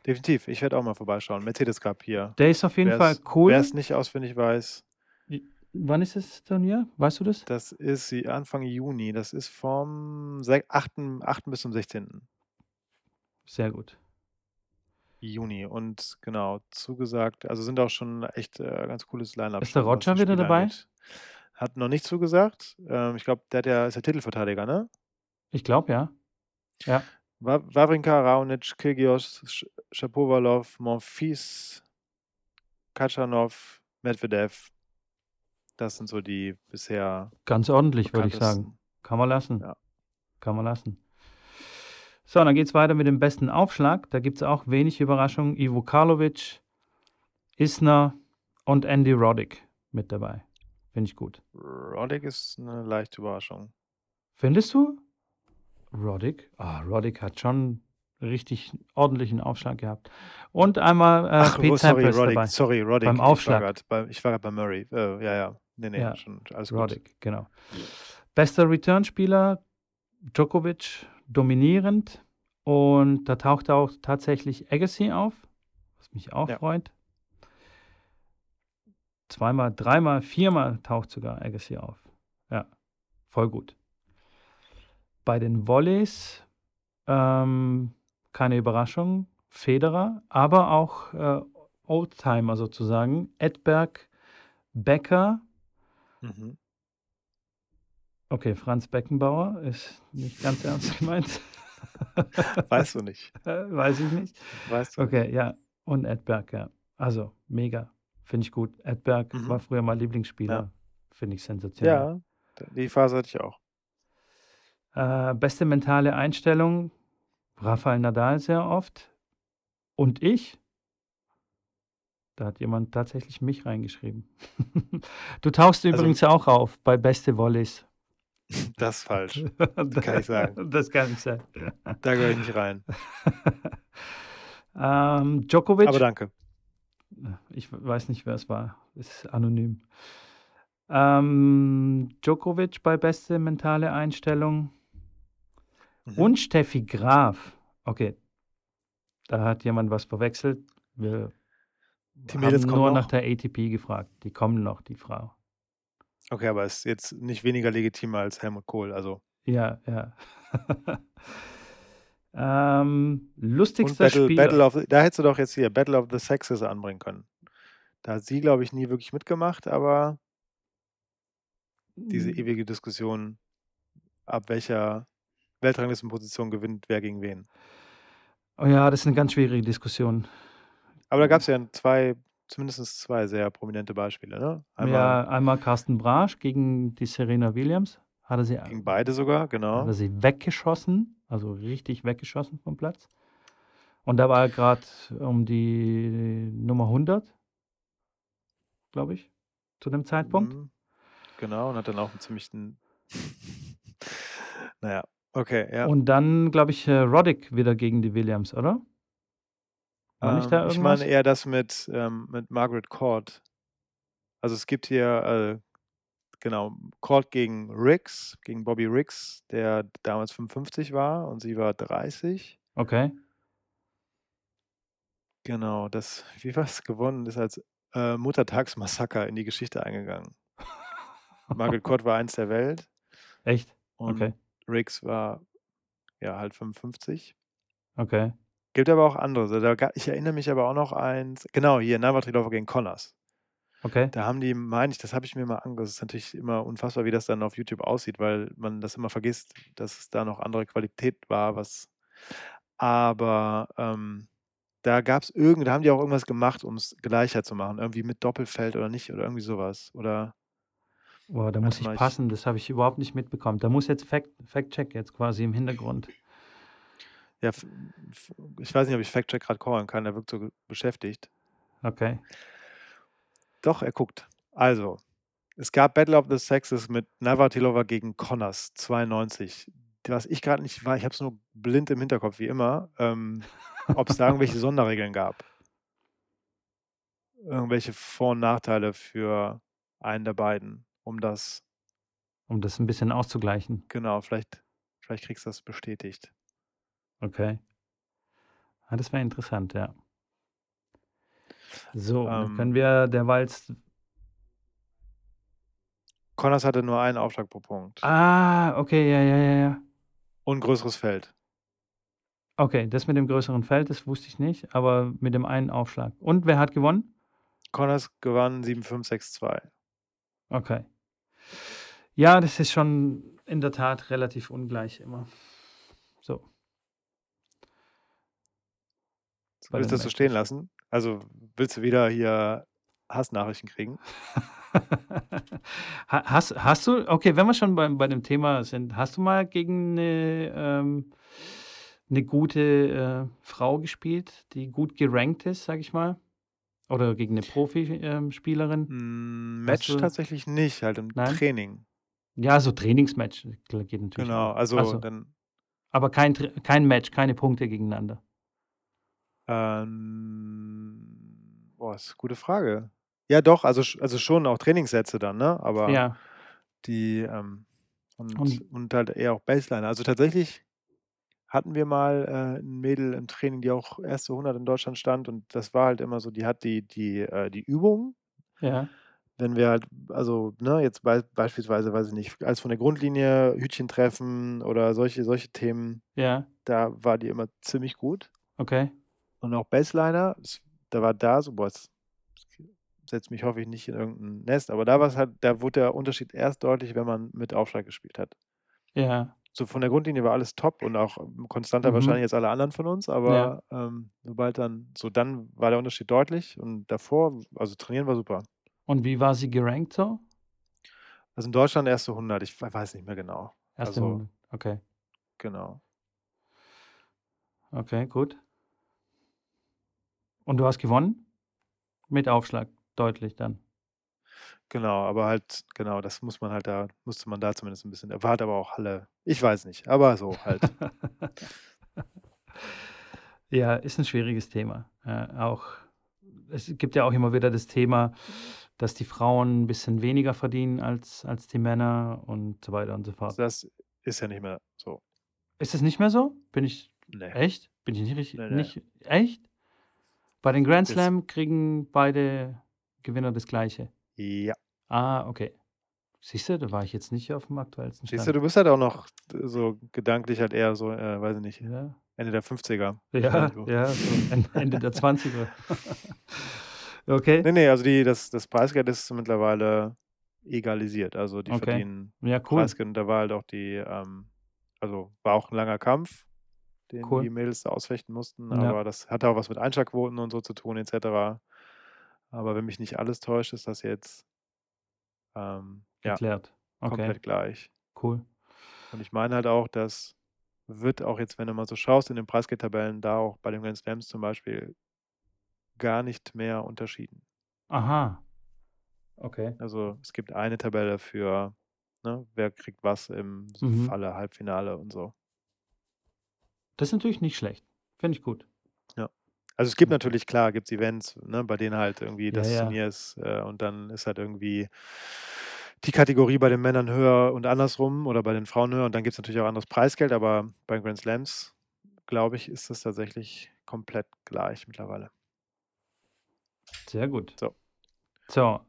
[SPEAKER 2] Definitiv. Ich werde auch mal vorbeischauen. Mercedes Cup hier.
[SPEAKER 1] Der ist auf jeden
[SPEAKER 2] Wer's-
[SPEAKER 1] Fall cool.
[SPEAKER 2] Wer es nicht auswendig weiß,
[SPEAKER 1] Wann ist das Turnier? Weißt du das?
[SPEAKER 2] das ist sie- Anfang Juni. Das ist vom sech- 8. 8. bis zum 16.
[SPEAKER 1] Sehr gut.
[SPEAKER 2] Juni. Und genau, zugesagt. Also sind auch schon echt äh, ganz cooles Line-Up.
[SPEAKER 1] Ist der
[SPEAKER 2] schon, was
[SPEAKER 1] Roger
[SPEAKER 2] das
[SPEAKER 1] wieder
[SPEAKER 2] Spiel
[SPEAKER 1] dabei?
[SPEAKER 2] angeht. Hat noch nicht zugesagt. Ähm, ich glaube, der hat ja, ist der Titelverteidiger, ne?
[SPEAKER 1] Ich glaube, ja.
[SPEAKER 2] Wa- Wawrinka, Raonic, Kyrgios, Sch- Shapovalov, Monfils, Kachanov, Medvedev. Das sind so die bisher
[SPEAKER 1] Ganz ordentlich, würde ich sagen.
[SPEAKER 2] bekanntesten.
[SPEAKER 1] Kann man lassen.
[SPEAKER 2] Ja.
[SPEAKER 1] Kann man lassen. So, dann geht es weiter mit dem besten Aufschlag. Da gibt es auch wenig Überraschungen. Ivo Karlovic, Isner und Andy Roddick mit dabei. Finde ich gut.
[SPEAKER 2] Roddick ist eine leichte Überraschung.
[SPEAKER 1] Findest du? Roddick? Ah, Roddick hat schon richtig ordentlichen Aufschlag gehabt. Und einmal äh,
[SPEAKER 2] Ach,
[SPEAKER 1] Pete
[SPEAKER 2] oh, sorry,
[SPEAKER 1] Sampras
[SPEAKER 2] Roddick,
[SPEAKER 1] dabei.
[SPEAKER 2] sorry, Roddick.
[SPEAKER 1] Beim Aufschlag.
[SPEAKER 2] Ich war gerade bei, ich war grad bei Murray. Äh, ja, ja. Nee, nee,
[SPEAKER 1] Ja,
[SPEAKER 2] schon alles gut.
[SPEAKER 1] Roddick, genau. Bester Return-Spieler, Djokovic dominierend. Und da taucht auch tatsächlich Agassi auf, was mich auch
[SPEAKER 2] Ja.
[SPEAKER 1] freut. Zweimal, dreimal, viermal taucht sogar Agassi auf. Ja, voll gut. Bei den Volleys, ähm, keine Überraschung, Federer, aber auch äh, Oldtimer sozusagen, Edberg, Becker,
[SPEAKER 2] Mhm.
[SPEAKER 1] Okay, Franz Beckenbauer ist nicht ganz ernst gemeint.
[SPEAKER 2] Weißt du nicht.
[SPEAKER 1] Äh, Weiß ich nicht.
[SPEAKER 2] Weißt du
[SPEAKER 1] Okay, ja. Und Edberg, ja. Also, mega. Finde ich gut. Edberg
[SPEAKER 2] Mhm.
[SPEAKER 1] war früher mein Lieblingsspieler.
[SPEAKER 2] Ja.
[SPEAKER 1] Finde ich sensationell.
[SPEAKER 2] Ja, die Phase hatte ich auch.
[SPEAKER 1] Äh, beste mentale Einstellung: Rafael Nadal sehr oft. Und ich. Da hat jemand tatsächlich mich reingeschrieben. du tauchst
[SPEAKER 2] Also-
[SPEAKER 1] übrigens auch auf bei Beste Volleys.
[SPEAKER 2] Das ist falsch.
[SPEAKER 1] Das
[SPEAKER 2] kann ich sagen.
[SPEAKER 1] Das kann ich sagen.
[SPEAKER 2] Da gehöre ich nicht rein.
[SPEAKER 1] ähm, Djokovic.
[SPEAKER 2] Aber danke.
[SPEAKER 1] Ich weiß nicht, wer es war. Es ist anonym. Ähm, Djokovic bei beste mentale Einstellung.
[SPEAKER 2] Mhm.
[SPEAKER 1] Und Steffi Graf. Okay. Da hat jemand was verwechselt. Wir
[SPEAKER 2] Die
[SPEAKER 1] haben
[SPEAKER 2] Mädels kommen
[SPEAKER 1] nur
[SPEAKER 2] noch.
[SPEAKER 1] nach der ATP gefragt. Die kommen noch, die Frau.
[SPEAKER 2] Okay, aber ist jetzt nicht weniger legitim als Helmut Kohl. Also
[SPEAKER 1] Ja, ja. ähm, lustigster
[SPEAKER 2] und Battle,
[SPEAKER 1] Spieler.
[SPEAKER 2] Battle of, da hättest du doch jetzt hier Battle of the Sexes anbringen können. Da hat sie, glaube ich, nie wirklich mitgemacht, aber
[SPEAKER 1] Mhm.
[SPEAKER 2] diese E ewige Diskussion, ab welcher Weltranglistenposition gewinnt wer gegen wen.
[SPEAKER 1] oh ja, das ist eine ganz schwierige Diskussion.
[SPEAKER 2] Aber da
[SPEAKER 1] Mhm.
[SPEAKER 2] gab es ja zwei, zumindest zwei sehr prominente Beispiele, ne? Einmal
[SPEAKER 1] ja, einmal Carsten Brasch gegen die Serena Williams. Hatte sie
[SPEAKER 2] gegen beide sogar, genau.
[SPEAKER 1] hat er sie weggeschossen, also richtig weggeschossen vom Platz. Und da war er gerade um die Nummer 100, glaube ich, zu dem Zeitpunkt.
[SPEAKER 2] Mhm. Genau, und hat dann auch einen ziemlichen. naja, okay, ja.
[SPEAKER 1] Und dann, glaube ich, äh, Roddick wieder gegen die Williams, oder? War nicht da
[SPEAKER 2] Ähm, ich
[SPEAKER 1] irgendwas?
[SPEAKER 2] meine eher das mit, ähm, mit Margaret Court. Also es gibt hier, äh, genau, Court gegen Riggs, gegen Bobby Riggs, der damals 55 war und sie war 30.
[SPEAKER 1] Okay.
[SPEAKER 2] Genau, das, wie war es gewonnen, ist als äh, Muttertagsmassaker in die Geschichte eingegangen. Margaret Court war eins der Welt
[SPEAKER 1] Echt?
[SPEAKER 2] und
[SPEAKER 1] Okay.
[SPEAKER 2] Riggs war ja halt 55.
[SPEAKER 1] Okay.
[SPEAKER 2] Gibt aber auch andere. so Da, ga- ich erinnere mich aber auch noch eins. Genau, hier, Navratilova gegen Connors.
[SPEAKER 1] Okay.
[SPEAKER 2] Da haben die, meine ich, das habe ich mir mal angeschaut. Das ist natürlich immer unfassbar, wie das dann auf YouTube aussieht, weil man das immer vergisst, dass es da noch andere Qualität war, was. Aber ähm, da gab es irgend, da haben die auch irgendwas gemacht, um es gleicher zu machen. Irgendwie mit Doppelfeld oder nicht oder irgendwie sowas. Oder
[SPEAKER 1] Boah, da muss
[SPEAKER 2] Warte mal,
[SPEAKER 1] ich
[SPEAKER 2] ich-
[SPEAKER 1] passen, das habe ich überhaupt nicht mitbekommen. Da muss jetzt Fact- Fact-Check jetzt quasi im Hintergrund.
[SPEAKER 2] ja, f- f- ich weiß nicht, ob ich Fact-Check gerade callen kann, der wirkt so ge- beschäftigt.
[SPEAKER 1] Okay.
[SPEAKER 2] Doch, er guckt. Also, Es gab Battle of the Sexes mit Navratilova gegen Connors 92. Was ich gerade nicht war, ich habe es nur blind im Hinterkopf, wie immer, ähm, ob es da irgendwelche Sonderregeln gab. Irgendwelche Vor- und Nachteile für einen der beiden, um das,
[SPEAKER 1] um das ein bisschen auszugleichen.
[SPEAKER 2] genau, vielleicht, vielleicht kriegst du das bestätigt.
[SPEAKER 1] Okay. Ah, das wäre interessant, ja. So, dann
[SPEAKER 2] Ähm.
[SPEAKER 1] können wir der Walz.
[SPEAKER 2] Connors hatte nur einen Aufschlag pro Punkt
[SPEAKER 1] Ah, okay, ja, ja, ja, ja.
[SPEAKER 2] und größeres Feld.
[SPEAKER 1] Okay, das mit dem größeren Feld, das wusste ich nicht, aber mit dem einen Aufschlag. Und wer hat gewonnen?
[SPEAKER 2] Connors gewann 7-5-6-2.
[SPEAKER 1] Okay. Ja, das ist schon in der Tat relativ ungleich immer. So. Bei
[SPEAKER 2] Willst du
[SPEAKER 1] den
[SPEAKER 2] das so stehen
[SPEAKER 1] Matches.
[SPEAKER 2] lassen? Also willst du wieder hier Hassnachrichten kriegen?
[SPEAKER 1] Ha- hast, hast du, okay, wenn wir schon bei, bei dem Thema sind, hast du mal gegen eine, ähm, eine gute äh, Frau gespielt, die gut gerankt ist, sag ich mal? Oder gegen eine ähm, Profispielerin?
[SPEAKER 2] Mm,
[SPEAKER 1] Hast
[SPEAKER 2] Match
[SPEAKER 1] du-
[SPEAKER 2] tatsächlich nicht, halt im
[SPEAKER 1] Hm, Nein?
[SPEAKER 2] Training.
[SPEAKER 1] ja, so Trainingsmatch äh, klar, geht natürlich.
[SPEAKER 2] Genau,
[SPEAKER 1] auch.
[SPEAKER 2] also
[SPEAKER 1] Ach so,
[SPEAKER 2] dann
[SPEAKER 1] aber kein, Tra- kein Match, keine Punkte gegeneinander.
[SPEAKER 2] ähm, boah, ist eine gute Frage. Ja, doch, also, sch- also schon auch Trainingssätze dann, ne? Aber
[SPEAKER 1] Ja,
[SPEAKER 2] die ähm, und, und,
[SPEAKER 1] Und-
[SPEAKER 2] halt eher auch Baseline. Also tatsächlich hatten wir mal äh, ein Mädel im Training, die auch erste 100 in Deutschland stand und das war halt immer so, die hat die, die, äh, die Übungen
[SPEAKER 1] ja,
[SPEAKER 2] wenn wir halt, also ne, jetzt bei, beispielsweise, weiß ich nicht, als von der Grundlinie Hütchen treffen oder solche, solche Themen,
[SPEAKER 1] ja,
[SPEAKER 2] da war die immer ziemlich gut.
[SPEAKER 1] okay.
[SPEAKER 2] Und auch Bassliner, es- da war da so, boah, jetzt setzt mich hoffe ich nicht in irgendein Nest, aber da war es halt, da wurde der Unterschied erst deutlich, wenn man mit Aufschlag gespielt hat.
[SPEAKER 1] Ja,
[SPEAKER 2] So von der Grundlinie war alles top und auch ähm, konstanter
[SPEAKER 1] Mhm.
[SPEAKER 2] wahrscheinlich als alle anderen von uns, aber ähm, sobald dann, so dann war der Unterschied deutlich und davor, also trainieren war super.
[SPEAKER 1] und wie war sie gerankt so?
[SPEAKER 2] Also in Deutschland erste 100, ich we- weiß nicht mehr genau.
[SPEAKER 1] Erste
[SPEAKER 2] Also-
[SPEAKER 1] Runde. Okay,
[SPEAKER 2] Genau.
[SPEAKER 1] okay, gut. Und du hast gewonnen? Mit Aufschlag, deutlich dann.
[SPEAKER 2] Genau, aber halt, genau, das muss man halt da, musste man da zumindest ein bisschen, war halt aber auch Halle, ich weiß nicht, aber so halt.
[SPEAKER 1] ja, ist ein schwieriges Thema. Äh, auch es gibt ja auch immer wieder das Thema, dass die Frauen ein bisschen weniger verdienen als, als die Männer und so weiter und so fort.
[SPEAKER 2] das ist ja nicht mehr so. ne.
[SPEAKER 1] Ist das nicht mehr so? Bin ich
[SPEAKER 2] Nee.
[SPEAKER 1] echt? Bin ich nicht richtig?
[SPEAKER 2] Nee, nee.
[SPEAKER 1] Nicht, echt? Bei den Grand
[SPEAKER 2] Ist-
[SPEAKER 1] Slam kriegen beide Gewinner das gleiche.
[SPEAKER 2] Ja,
[SPEAKER 1] Ah, okay. Siehst du, da war ich jetzt nicht auf dem aktuellsten Stand.
[SPEAKER 2] siehst du, du bist halt auch noch so gedanklich halt eher so, äh, weiß ich nicht,
[SPEAKER 1] ja.
[SPEAKER 2] Ende der ne, 50er.
[SPEAKER 1] Ja,
[SPEAKER 2] Wahrscheinlich auch.
[SPEAKER 1] ja, so en- Ende der 20er. okay.
[SPEAKER 2] Nee, nee, also die, das, das Preisgeld ist mittlerweile egalisiert, also die
[SPEAKER 1] Okay.
[SPEAKER 2] verdienen
[SPEAKER 1] Ja, cool.
[SPEAKER 2] Preisgeld und da war halt auch die, ähm, also war auch ein langer Kampf, den
[SPEAKER 1] Cool.
[SPEAKER 2] die Mädels da ausfechten mussten,
[SPEAKER 1] Ja.
[SPEAKER 2] aber das hatte auch was mit Einschlagquoten und so zu tun, etc. Aber wenn mich nicht alles täuscht, ist das jetzt ähm, ja,
[SPEAKER 1] Erklärt. Okay,
[SPEAKER 2] komplett gleich.
[SPEAKER 1] cool.
[SPEAKER 2] Und ich meine halt auch, das wird auch jetzt, wenn du mal so schaust, in den Preisgeldtabellen, da auch bei den Grand Slams zum Beispiel gar nicht mehr unterschieden.
[SPEAKER 1] Aha. Okay.
[SPEAKER 2] Also es gibt eine Tabelle für, ne, wer kriegt was im
[SPEAKER 1] Mhm.
[SPEAKER 2] Falle, Halbfinale und so.
[SPEAKER 1] Das ist natürlich nicht schlecht. Finde ich gut.
[SPEAKER 2] Also es gibt
[SPEAKER 1] Okay.
[SPEAKER 2] natürlich, klar, gibt es Events, ne, bei denen halt irgendwie das
[SPEAKER 1] Mhm. ja.
[SPEAKER 2] Turnier ist äh, und dann ist halt irgendwie die Kategorie bei den Männern höher und andersrum oder bei den Frauen höher und dann gibt es natürlich auch anderes Preisgeld, aber bei Grand Slams, glaube ich, ist das tatsächlich komplett gleich mittlerweile.
[SPEAKER 1] Sehr gut.
[SPEAKER 2] So.
[SPEAKER 1] So.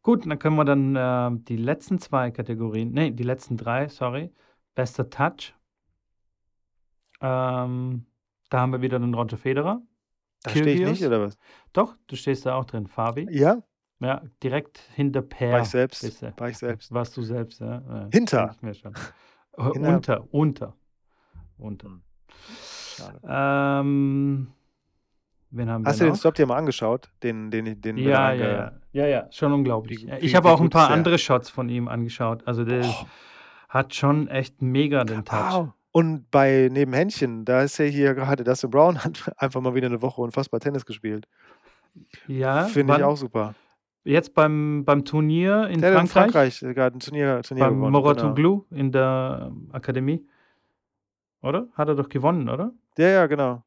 [SPEAKER 1] Gut, dann können wir dann ähm, die letzten zwei Kategorien, nee, die letzten drei, sorry. Bester Touch. Ähm, da haben wir wieder den Roger Federer.
[SPEAKER 2] Da stehe ich
[SPEAKER 1] Kyrgios?
[SPEAKER 2] nicht, oder was?
[SPEAKER 1] Doch, du stehst da auch drin, Fabi.
[SPEAKER 2] Ja,
[SPEAKER 1] Ja, direkt hinter Per.
[SPEAKER 2] war ich selbst.
[SPEAKER 1] bist du.
[SPEAKER 2] War ich selbst.
[SPEAKER 1] Warst du selbst, ja? ja
[SPEAKER 2] Hinter.
[SPEAKER 1] denk ich mir schon. Äh,
[SPEAKER 2] Hinter.
[SPEAKER 1] Unter, unter. Unter.
[SPEAKER 2] Hm. Schade.
[SPEAKER 1] Ähm, wen haben
[SPEAKER 2] Hast du
[SPEAKER 1] wir
[SPEAKER 2] den
[SPEAKER 1] noch?
[SPEAKER 2] Stop dir mal angeschaut? Den, den, ich- den wir da
[SPEAKER 1] ja,
[SPEAKER 2] reinge-
[SPEAKER 1] ja, ja, ja, ja, schon unglaublich.
[SPEAKER 2] Wie-
[SPEAKER 1] Ja,
[SPEAKER 2] wie-
[SPEAKER 1] ich
[SPEAKER 2] wie
[SPEAKER 1] habe auch ein
[SPEAKER 2] gut
[SPEAKER 1] paar
[SPEAKER 2] ist der?
[SPEAKER 1] andere Shots von ihm angeschaut. Also der
[SPEAKER 2] Oh,
[SPEAKER 1] hat schon echt mega den Touch.
[SPEAKER 2] Wow. Und bei Nebenhändchen, da ist ja hier gerade Dustin Brown, hat einfach mal wieder eine Woche unfassbar Tennis gespielt.
[SPEAKER 1] Ja,
[SPEAKER 2] Finde ich
[SPEAKER 1] wann-
[SPEAKER 2] auch super.
[SPEAKER 1] Jetzt beim, beim Turnier in
[SPEAKER 2] Der hat in
[SPEAKER 1] Frankreich,
[SPEAKER 2] Frankreich sogar ein Turnier, Turnier
[SPEAKER 1] beim
[SPEAKER 2] gewonnen.
[SPEAKER 1] Moraton
[SPEAKER 2] genau.
[SPEAKER 1] Glou in der ähm, Akademie. Oder? Hat er doch gewonnen, oder?
[SPEAKER 2] Ja, ja, genau.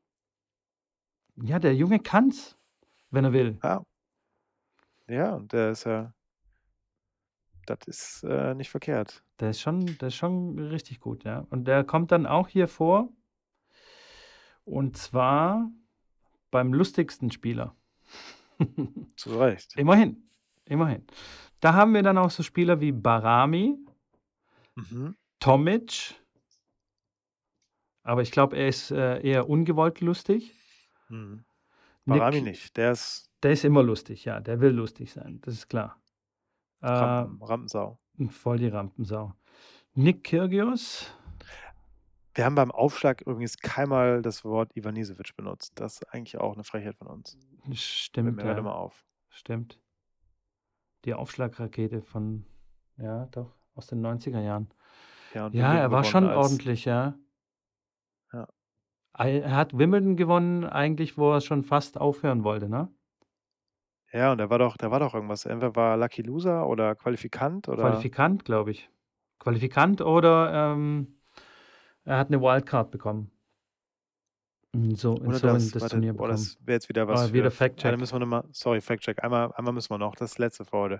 [SPEAKER 1] Ja, der Junge kann's, wenn er will.
[SPEAKER 2] Ja. Ja, und der ist ja. Das ist äh, nicht verkehrt.
[SPEAKER 1] Der ist schon, der ist schon richtig gut, ja. Und der kommt dann auch hier vor. Und zwar beim lustigsten Spieler.
[SPEAKER 2] Zu Recht.
[SPEAKER 1] immerhin. Immerhin. Da haben wir dann auch so Spieler wie Barami,
[SPEAKER 2] Mhm.
[SPEAKER 1] Tomic. Aber ich glaube, er ist äh, eher ungewollt lustig.
[SPEAKER 2] Mhm.
[SPEAKER 1] Nick-
[SPEAKER 2] Barami nicht. Der ist
[SPEAKER 1] Der ist immer lustig, ja. Der will lustig sein, das ist klar. Äh,
[SPEAKER 2] Rampen, Rampensau.
[SPEAKER 1] voll die Rampensau. Nick Kyrgios.
[SPEAKER 2] Wir haben beim Aufschlag übrigens keinmal das Wort Ivanisevic benutzt. Das ist eigentlich auch eine Frechheit von uns. Fällt
[SPEAKER 1] Stimmt.
[SPEAKER 2] mir
[SPEAKER 1] ja.
[SPEAKER 2] gerade mal auf.
[SPEAKER 1] Stimmt. Die Aufschlagrakete von, ja, doch, aus den 90er Jahren.
[SPEAKER 2] und
[SPEAKER 1] Ja,
[SPEAKER 2] Wimbledon
[SPEAKER 1] er war
[SPEAKER 2] gewonnen
[SPEAKER 1] schon
[SPEAKER 2] als-
[SPEAKER 1] ordentlich, ja.
[SPEAKER 2] Ja.
[SPEAKER 1] Ei- Er hat Wimbledon gewonnen, eigentlich, wo er schon fast aufhören wollte, ne?
[SPEAKER 2] Ja, und da war doch, da war doch irgendwas. Entweder war Lucky Loser oder Qualifikant oder.
[SPEAKER 1] Qualifikant, glaube ich. Qualifikant oder ähm, er hat eine Wildcard bekommen. In So, in
[SPEAKER 2] oder
[SPEAKER 1] so in das
[SPEAKER 2] warte,
[SPEAKER 1] Turnier
[SPEAKER 2] boah,
[SPEAKER 1] bekommen.
[SPEAKER 2] das wäre jetzt wieder was.
[SPEAKER 1] Ah, wieder Fact-Check.
[SPEAKER 2] Eine müssen wir nochmal, sorry, Fact-Check. Einmal, einmal müssen wir noch, das letzte für heute.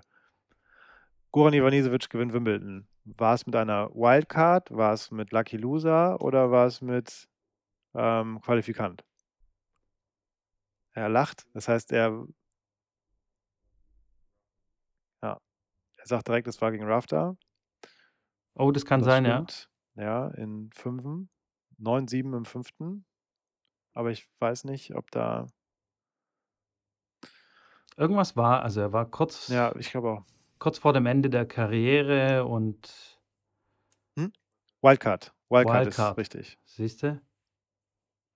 [SPEAKER 2] Goran Ivanisevic gewinnt Wimbledon. War es mit einer Wildcard, war es mit Lucky Loser oder war es mit ähm, Qualifikant? Er lacht, das heißt, er. Ja, er sagt direkt, es war gegen Rafter.
[SPEAKER 1] oh, das kann sein, ja.
[SPEAKER 2] ja. Ja, in Fünfen. 9, 7 im Fünften. Aber ich weiß nicht, ob da.
[SPEAKER 1] Irgendwas war, also er war kurz,
[SPEAKER 2] Ja, ich glaube auch.
[SPEAKER 1] kurz vor dem Ende der Karriere und
[SPEAKER 2] Wildcard. Wildcard, ist
[SPEAKER 1] Wildcard.
[SPEAKER 2] richtig.
[SPEAKER 1] Siehst du?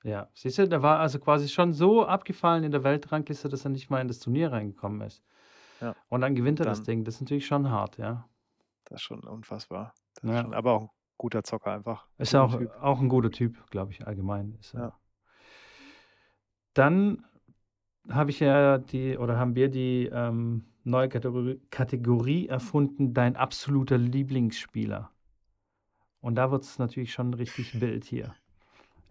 [SPEAKER 1] Ja, siehst du, der war also quasi schon so abgefallen in der Weltrangliste, dass er nicht mal in das Turnier reingekommen ist.
[SPEAKER 2] Ja.
[SPEAKER 1] Und dann gewinnt er das
[SPEAKER 2] Dann-
[SPEAKER 1] Ding. Das ist natürlich schon hart, ja.
[SPEAKER 2] Das ist schon unfassbar. Das ist
[SPEAKER 1] Ja.
[SPEAKER 2] schon, aber auch ein guter Zocker einfach.
[SPEAKER 1] Ist
[SPEAKER 2] Guter
[SPEAKER 1] ja auch,
[SPEAKER 2] Typ.
[SPEAKER 1] auch ein guter Typ, glaube ich, allgemein. Ist er.
[SPEAKER 2] Ja.
[SPEAKER 1] Dann habe ich ja die, oder haben wir die ähm, neue Kategorie, Kategorie erfunden, dein absoluter Lieblingsspieler. Und da wird es natürlich schon richtig wild hier.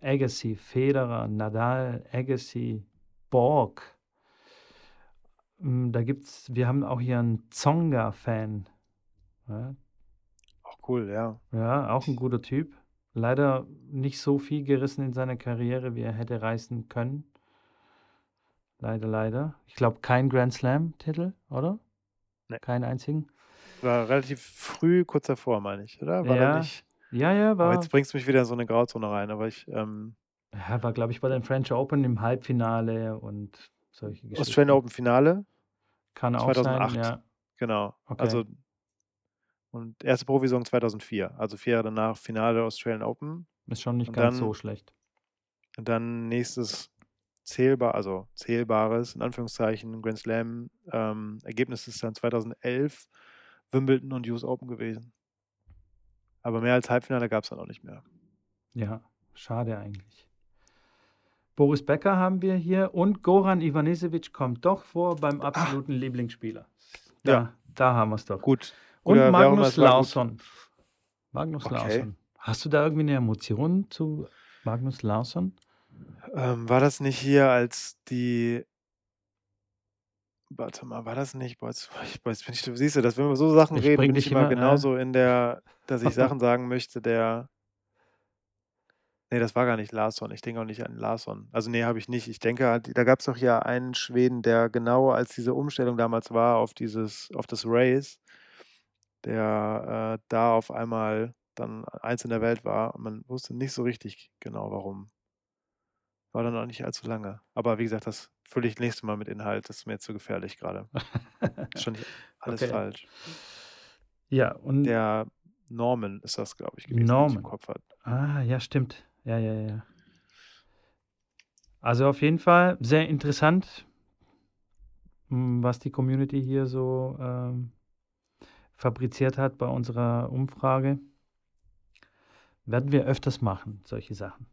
[SPEAKER 1] Agassi, Federer, Nadal, Agassi, Borg. Ähm, Da gibt's, wir haben auch hier einen Zonga-Fan. Ja,
[SPEAKER 2] Auch cool, ja.
[SPEAKER 1] ja, auch ein guter Typ. Leider nicht so viel gerissen in seiner Karriere, wie er hätte reißen können. Leider, leider. Ich glaube, kein Grand Slam-Titel, oder?
[SPEAKER 2] Nee.
[SPEAKER 1] Keinen einzigen.
[SPEAKER 2] War relativ früh, kurz davor, meine ich, oder? War
[SPEAKER 1] Ja,
[SPEAKER 2] da nicht.
[SPEAKER 1] Ja, ja,
[SPEAKER 2] Aber
[SPEAKER 1] war.
[SPEAKER 2] jetzt bringst du mich wieder in so eine Grauzone rein, aber ich. Ähm,
[SPEAKER 1] Ja, war, glaube ich, bei den French Open im Halbfinale und solche Geschichten.
[SPEAKER 2] Australian Open Finale,
[SPEAKER 1] Kann auch
[SPEAKER 2] 2008.
[SPEAKER 1] sein, ja.
[SPEAKER 2] genau.
[SPEAKER 1] Okay.
[SPEAKER 2] Also. Und erste Provision 2004, also vier Jahre danach Finale Australian Open.
[SPEAKER 1] Ist schon nicht
[SPEAKER 2] Und
[SPEAKER 1] ganz
[SPEAKER 2] dann-
[SPEAKER 1] so schlecht.
[SPEAKER 2] Und dann nächstes zählbar, also zählbares, in Anführungszeichen, Grand Slam. Ähm, Ergebnis ist dann 2011 Wimbledon und US Open gewesen. Aber mehr als Halbfinale gab es dann auch nicht mehr.
[SPEAKER 1] Ja, schade eigentlich. Boris Becker haben wir hier und Goran Ivanisevic kommt doch vor beim absoluten Lieblingsspieler. Da,
[SPEAKER 2] Ah. Ja.
[SPEAKER 1] da haben wir es doch.
[SPEAKER 2] Gut.
[SPEAKER 1] Und
[SPEAKER 2] Oder wer auch immer
[SPEAKER 1] Magnus
[SPEAKER 2] es war, gut.
[SPEAKER 1] Larsson. Magnus
[SPEAKER 2] Okay.
[SPEAKER 1] Larsson. Hast du da irgendwie eine Emotion zu Magnus Larsson?
[SPEAKER 2] Ähm, war das nicht hier als die. Warte mal, war das nicht? Boah, jetzt, ich- boah, jetzt bin ich, siehst du, dass wenn wir so Sachen
[SPEAKER 1] Ich
[SPEAKER 2] reden,
[SPEAKER 1] bring
[SPEAKER 2] bin ich
[SPEAKER 1] dich
[SPEAKER 2] immer,
[SPEAKER 1] immer, äh.
[SPEAKER 2] genauso in der, dass ich Sachen sagen möchte, der. Nee, das war gar nicht Larsson. Ich denke auch nicht an Larsson. Also, nee, habe ich nicht. Ich denke, halt, da gab es doch ja einen Schweden, der genau als diese Umstellung damals war auf dieses, auf das Race, der äh, da auf einmal dann eins in der Welt war und man wusste nicht so richtig genau, warum. War dann auch nicht allzu lange. Aber wie gesagt, das fülle ich nächstes Mal mit Inhalt. Das ist mir jetzt zu gefährlich gerade. Ist schon nicht alles
[SPEAKER 1] Okay.
[SPEAKER 2] falsch.
[SPEAKER 1] Ja, und
[SPEAKER 2] Der Norman ist das, glaube ich, gewesen, den ich im
[SPEAKER 1] Norman.
[SPEAKER 2] Kopf hat.
[SPEAKER 1] Ah, ja, stimmt. Ja, ja, ja. Also auf jeden Fall sehr interessant, m, was die Community hier so ähm, fabriziert hat bei unserer Umfrage. Werden wir öfters machen, solche Sachen.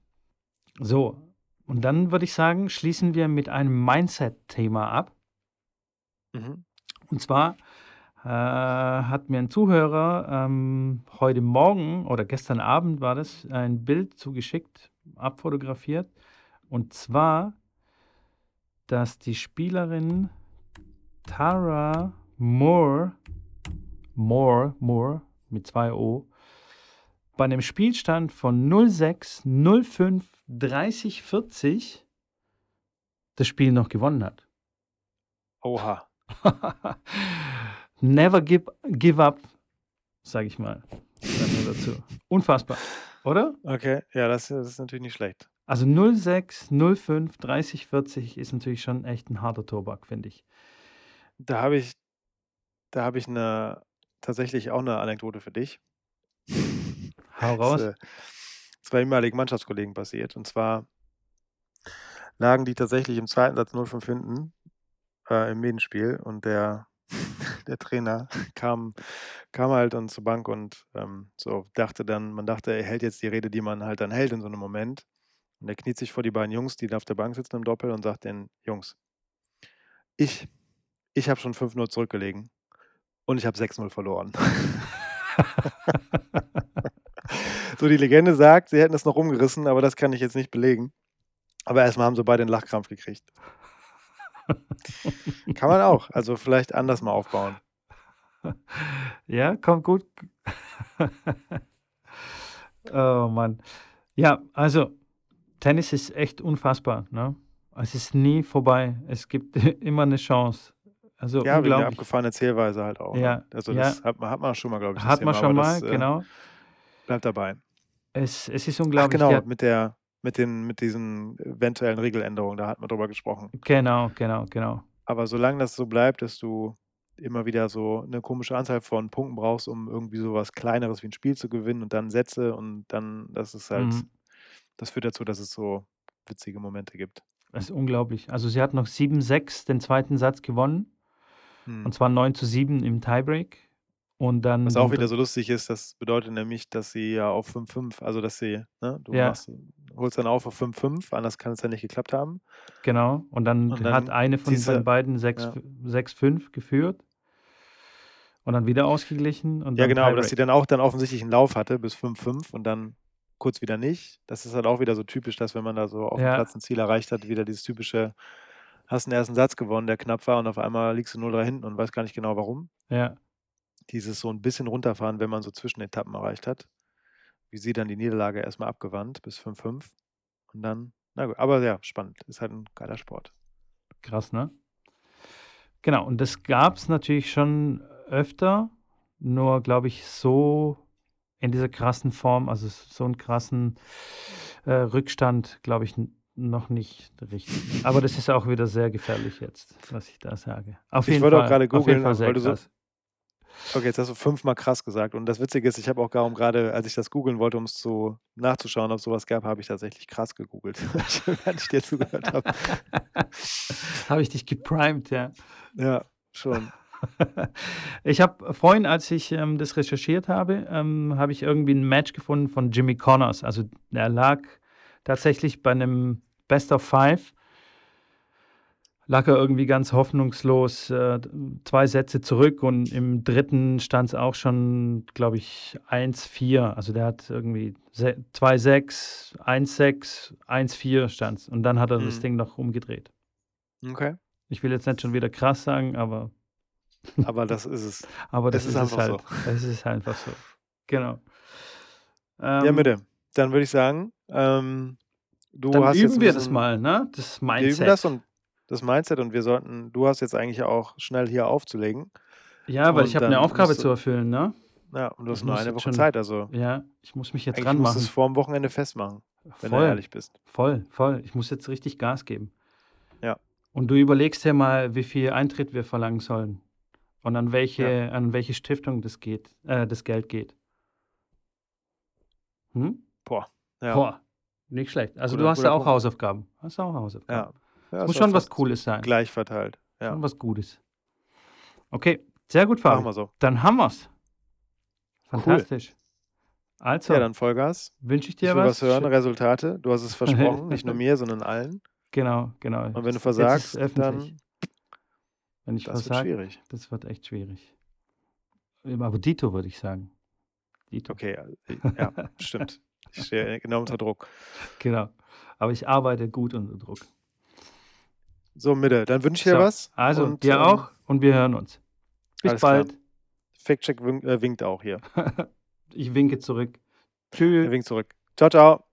[SPEAKER 1] So, und dann würde ich sagen, schließen wir mit einem Mindset-Thema ab.
[SPEAKER 2] Mhm.
[SPEAKER 1] Und zwar äh, hat mir ein Zuhörer ähm, heute Morgen oder gestern Abend war das ein Bild zugeschickt, abfotografiert. Und zwar, dass die Spielerin Tara Moore, Moore, Moore mit zwei O, bei einem Spielstand von 06, 05, 30, 40 das Spiel noch gewonnen hat.
[SPEAKER 2] Oha.
[SPEAKER 1] Never give, give up, sage ich mal dazu. Unfassbar, oder?
[SPEAKER 2] Okay, ja, das, äh, das ist natürlich nicht schlecht.
[SPEAKER 1] Also 06, 05, 30, 40 ist natürlich schon echt ein harter Tobak, finde ich.
[SPEAKER 2] Da habe ich, da habe ich eine, tatsächlich auch eine Anekdote für dich.
[SPEAKER 1] Hau Genau, raus.
[SPEAKER 2] Das, äh, zwei ehemaligen Mannschaftskollegen passiert. Und zwar lagen die tatsächlich im zweiten Satz 0-5 hinten äh, im Medenspiel und der, der Trainer kam, kam halt und zur Bank und ähm, so dachte dann, man dachte, er hält jetzt die Rede, die man halt dann hält in so einem Moment. Und er kniet sich vor die beiden Jungs, die da auf der Bank sitzen im Doppel und sagt den Jungs, ich, ich habe schon 5-0 zurückgelegen und ich habe 6-0 verloren. so, die Legende sagt, sie hätten es noch umgerissen, aber das kann ich jetzt nicht belegen. Aber erstmal haben sie beide einen Lachkrampf gekriegt. Kann man auch. Also vielleicht anders mal aufbauen.
[SPEAKER 1] Ja, kommt gut. oh Mann. Ja, also Tennis ist echt unfassbar. Ne? Es ist nie vorbei. Es gibt immer eine Chance. Also
[SPEAKER 2] Ja, wegen der
[SPEAKER 1] unglaublich.
[SPEAKER 2] abgefahrenen Zählweise halt auch. ne?
[SPEAKER 1] Ja,
[SPEAKER 2] Also
[SPEAKER 1] ja.
[SPEAKER 2] das hat, man- hat man schon mal, glaube ich. das
[SPEAKER 1] Hat man
[SPEAKER 2] Thema,
[SPEAKER 1] schon
[SPEAKER 2] aber
[SPEAKER 1] mal,
[SPEAKER 2] das, äh,
[SPEAKER 1] genau.
[SPEAKER 2] Bleibt dabei.
[SPEAKER 1] Es, es ist
[SPEAKER 2] Ach
[SPEAKER 1] unglaublich.
[SPEAKER 2] genau,
[SPEAKER 1] Der-
[SPEAKER 2] mit der, mit den, mit diesen eventuellen Regeländerungen, da hat man drüber gesprochen.
[SPEAKER 1] Genau, genau, genau.
[SPEAKER 2] Aber solange das so bleibt, dass du immer wieder so eine komische Anzahl von Punkten brauchst, um irgendwie so was Kleineres wie ein Spiel zu gewinnen und dann Sätze und dann, das ist halt,
[SPEAKER 1] Mhm.
[SPEAKER 2] das führt dazu, dass es so witzige Momente gibt.
[SPEAKER 1] Das ist unglaublich. Also sie hat noch 7-6 den zweiten Satz gewonnen.
[SPEAKER 2] Hm.
[SPEAKER 1] Und zwar 9 zu 7 im Tiebreak. Und dann.
[SPEAKER 2] Was auch wieder so lustig ist, das bedeutet nämlich, dass sie ja auf 5-5, also dass sie, ne, du
[SPEAKER 1] Ja.
[SPEAKER 2] machst, holst dann auf auf 5-5, anders kann es ja nicht geklappt haben.
[SPEAKER 1] Genau. Und dann,
[SPEAKER 2] Und dann
[SPEAKER 1] hat eine von
[SPEAKER 2] diese-
[SPEAKER 1] den beiden 6
[SPEAKER 2] ja.
[SPEAKER 1] 6-5 geführt. Und dann wieder ausgeglichen. Und
[SPEAKER 2] Ja,
[SPEAKER 1] dann
[SPEAKER 2] genau, aber dass sie
[SPEAKER 1] Tiebreak.
[SPEAKER 2] dann auch dann offensichtlich einen Lauf hatte bis 5-5 und dann kurz wieder nicht. Das ist halt auch wieder so typisch, dass wenn man da so auf
[SPEAKER 1] Ja.
[SPEAKER 2] dem Platz ein Ziel erreicht hat, wieder dieses typische, hast einen ersten Satz gewonnen, der knapp war und auf einmal liegst du 0-3 hinten und weiß gar nicht genau warum.
[SPEAKER 1] Ja,
[SPEAKER 2] Dieses so ein bisschen runterfahren, wenn man so Zwischenetappen erreicht hat. Wie sie dann die Niederlage erstmal abgewandt bis 5-5 und dann, na gut, aber ja, spannend. Ist halt ein geiler Sport.
[SPEAKER 1] krass, ne? Genau. Und das gab es natürlich schon öfter. Nur, glaube ich, so in dieser krassen Form, also so einen krassen äh, Rückstand, glaube ich, n- noch nicht richtig. Aber das ist auch wieder sehr gefährlich jetzt, was ich da sage. Auf
[SPEAKER 2] Ich
[SPEAKER 1] jeden
[SPEAKER 2] wollte auch
[SPEAKER 1] Fall,
[SPEAKER 2] gerade
[SPEAKER 1] auf jeden
[SPEAKER 2] googeln,
[SPEAKER 1] Fall sehr
[SPEAKER 2] weil du so-
[SPEAKER 1] krass.
[SPEAKER 2] Okay, jetzt hast du fünfmal krass gesagt. Und das Witzige ist, ich habe auch kaum gerade, als ich das googeln wollte, um es zu nachzuschauen, ob es sowas gab, habe ich tatsächlich krass gegoogelt, während ich dir zugehört habe.
[SPEAKER 1] Habe ich dich geprimed, ja.
[SPEAKER 2] Ja, schon.
[SPEAKER 1] Ich habe vorhin, als ich ähm, das recherchiert habe, ähm, habe ich irgendwie ein Match gefunden von Jimmy Connors. Also er lag tatsächlich bei einem Best of Five, lag er irgendwie ganz hoffnungslos äh, zwei Sätze zurück und im dritten stand es auch schon, glaube ich, 1-4. Also der hat irgendwie se- 2-6, 1-6, 1-4 stand es. Und dann hat er das
[SPEAKER 2] Mhm.
[SPEAKER 1] Ding noch umgedreht.
[SPEAKER 2] Okay.
[SPEAKER 1] Ich will jetzt nicht schon wieder krass sagen, aber
[SPEAKER 2] Aber das ist es.
[SPEAKER 1] aber das
[SPEAKER 2] Es
[SPEAKER 1] ist,
[SPEAKER 2] ist
[SPEAKER 1] es halt.
[SPEAKER 2] einfach
[SPEAKER 1] Das ist einfach so. Genau. Ähm,
[SPEAKER 2] ja, bitte. Dann würde ich sagen, ähm, du
[SPEAKER 1] Dann
[SPEAKER 2] hast jetzt
[SPEAKER 1] üben
[SPEAKER 2] ein
[SPEAKER 1] wir
[SPEAKER 2] bisschen-
[SPEAKER 1] das mal, ne? Das
[SPEAKER 2] Wir
[SPEAKER 1] Mindset.
[SPEAKER 2] üben das und das Mindset und wir sollten, du hast jetzt eigentlich auch schnell hier aufzulegen.
[SPEAKER 1] ja, weil ich
[SPEAKER 2] und
[SPEAKER 1] habe eine
[SPEAKER 2] dann
[SPEAKER 1] Aufgabe
[SPEAKER 2] musst du-
[SPEAKER 1] zu erfüllen, ne?
[SPEAKER 2] Ja, und du
[SPEAKER 1] Ich
[SPEAKER 2] hast nur
[SPEAKER 1] muss
[SPEAKER 2] eine
[SPEAKER 1] jetzt
[SPEAKER 2] Woche
[SPEAKER 1] schon-
[SPEAKER 2] Zeit. Also
[SPEAKER 1] Ja, ich muss mich jetzt
[SPEAKER 2] eigentlich
[SPEAKER 1] dran
[SPEAKER 2] musst du es
[SPEAKER 1] machen.
[SPEAKER 2] vor dem Wochenende festmachen, wenn du
[SPEAKER 1] Voll,
[SPEAKER 2] ehrlich bist.
[SPEAKER 1] voll, voll. Ich muss jetzt richtig Gas geben.
[SPEAKER 2] Ja.
[SPEAKER 1] Und du überlegst dir mal, wie viel Eintritt wir verlangen sollen und an welche, an welche Stiftung das geht, äh, das Geld geht. Hm?
[SPEAKER 2] Ja.
[SPEAKER 1] Boah, nicht schlecht. Also
[SPEAKER 2] Guter-
[SPEAKER 1] du hast ja
[SPEAKER 2] guter
[SPEAKER 1] auch
[SPEAKER 2] Punkt.
[SPEAKER 1] Hausaufgaben. Hast ja auch Hausaufgaben.
[SPEAKER 2] Ja. ja
[SPEAKER 1] Muss
[SPEAKER 2] ist auch
[SPEAKER 1] schon was
[SPEAKER 2] fast
[SPEAKER 1] Cooles sein.
[SPEAKER 2] Gleich verteilt. Ja.
[SPEAKER 1] Schon was Gutes. Okay, sehr gut,
[SPEAKER 2] Machen
[SPEAKER 1] Fabi.
[SPEAKER 2] wir so.
[SPEAKER 1] Dann haben wir's. Fantastisch. Also,
[SPEAKER 2] Ja, dann Vollgas.
[SPEAKER 1] wünsche ich
[SPEAKER 2] Ich
[SPEAKER 1] dir
[SPEAKER 2] will was
[SPEAKER 1] was.
[SPEAKER 2] hören, Resultate. Du hast es versprochen, nicht nur mir, sondern allen.
[SPEAKER 1] Genau, genau.
[SPEAKER 2] Und wenn du
[SPEAKER 1] Jetzt ist es
[SPEAKER 2] versagst,
[SPEAKER 1] öffentlich.
[SPEAKER 2] dann
[SPEAKER 1] Wenn ich
[SPEAKER 2] Das
[SPEAKER 1] was
[SPEAKER 2] wird
[SPEAKER 1] sage,
[SPEAKER 2] schwierig.
[SPEAKER 1] das wird echt schwierig. Aber Dito würde ich sagen. Dito.
[SPEAKER 2] Okay, ja, ja, stimmt. Ich stehe genau unter Druck.
[SPEAKER 1] Genau. Aber ich arbeite gut unter Druck.
[SPEAKER 2] So, Mitte, dann wünsche ich
[SPEAKER 1] So,
[SPEAKER 2] dir was.
[SPEAKER 1] Also,
[SPEAKER 2] und,
[SPEAKER 1] dir
[SPEAKER 2] ähm,
[SPEAKER 1] auch und wir hören uns. Bis
[SPEAKER 2] alles klar.
[SPEAKER 1] bald.
[SPEAKER 2] Fact-Check wink, äh, winkt auch hier.
[SPEAKER 1] ich winke zurück.
[SPEAKER 2] Er
[SPEAKER 1] Tschüss.
[SPEAKER 2] winkt zurück. Ciao, ciao.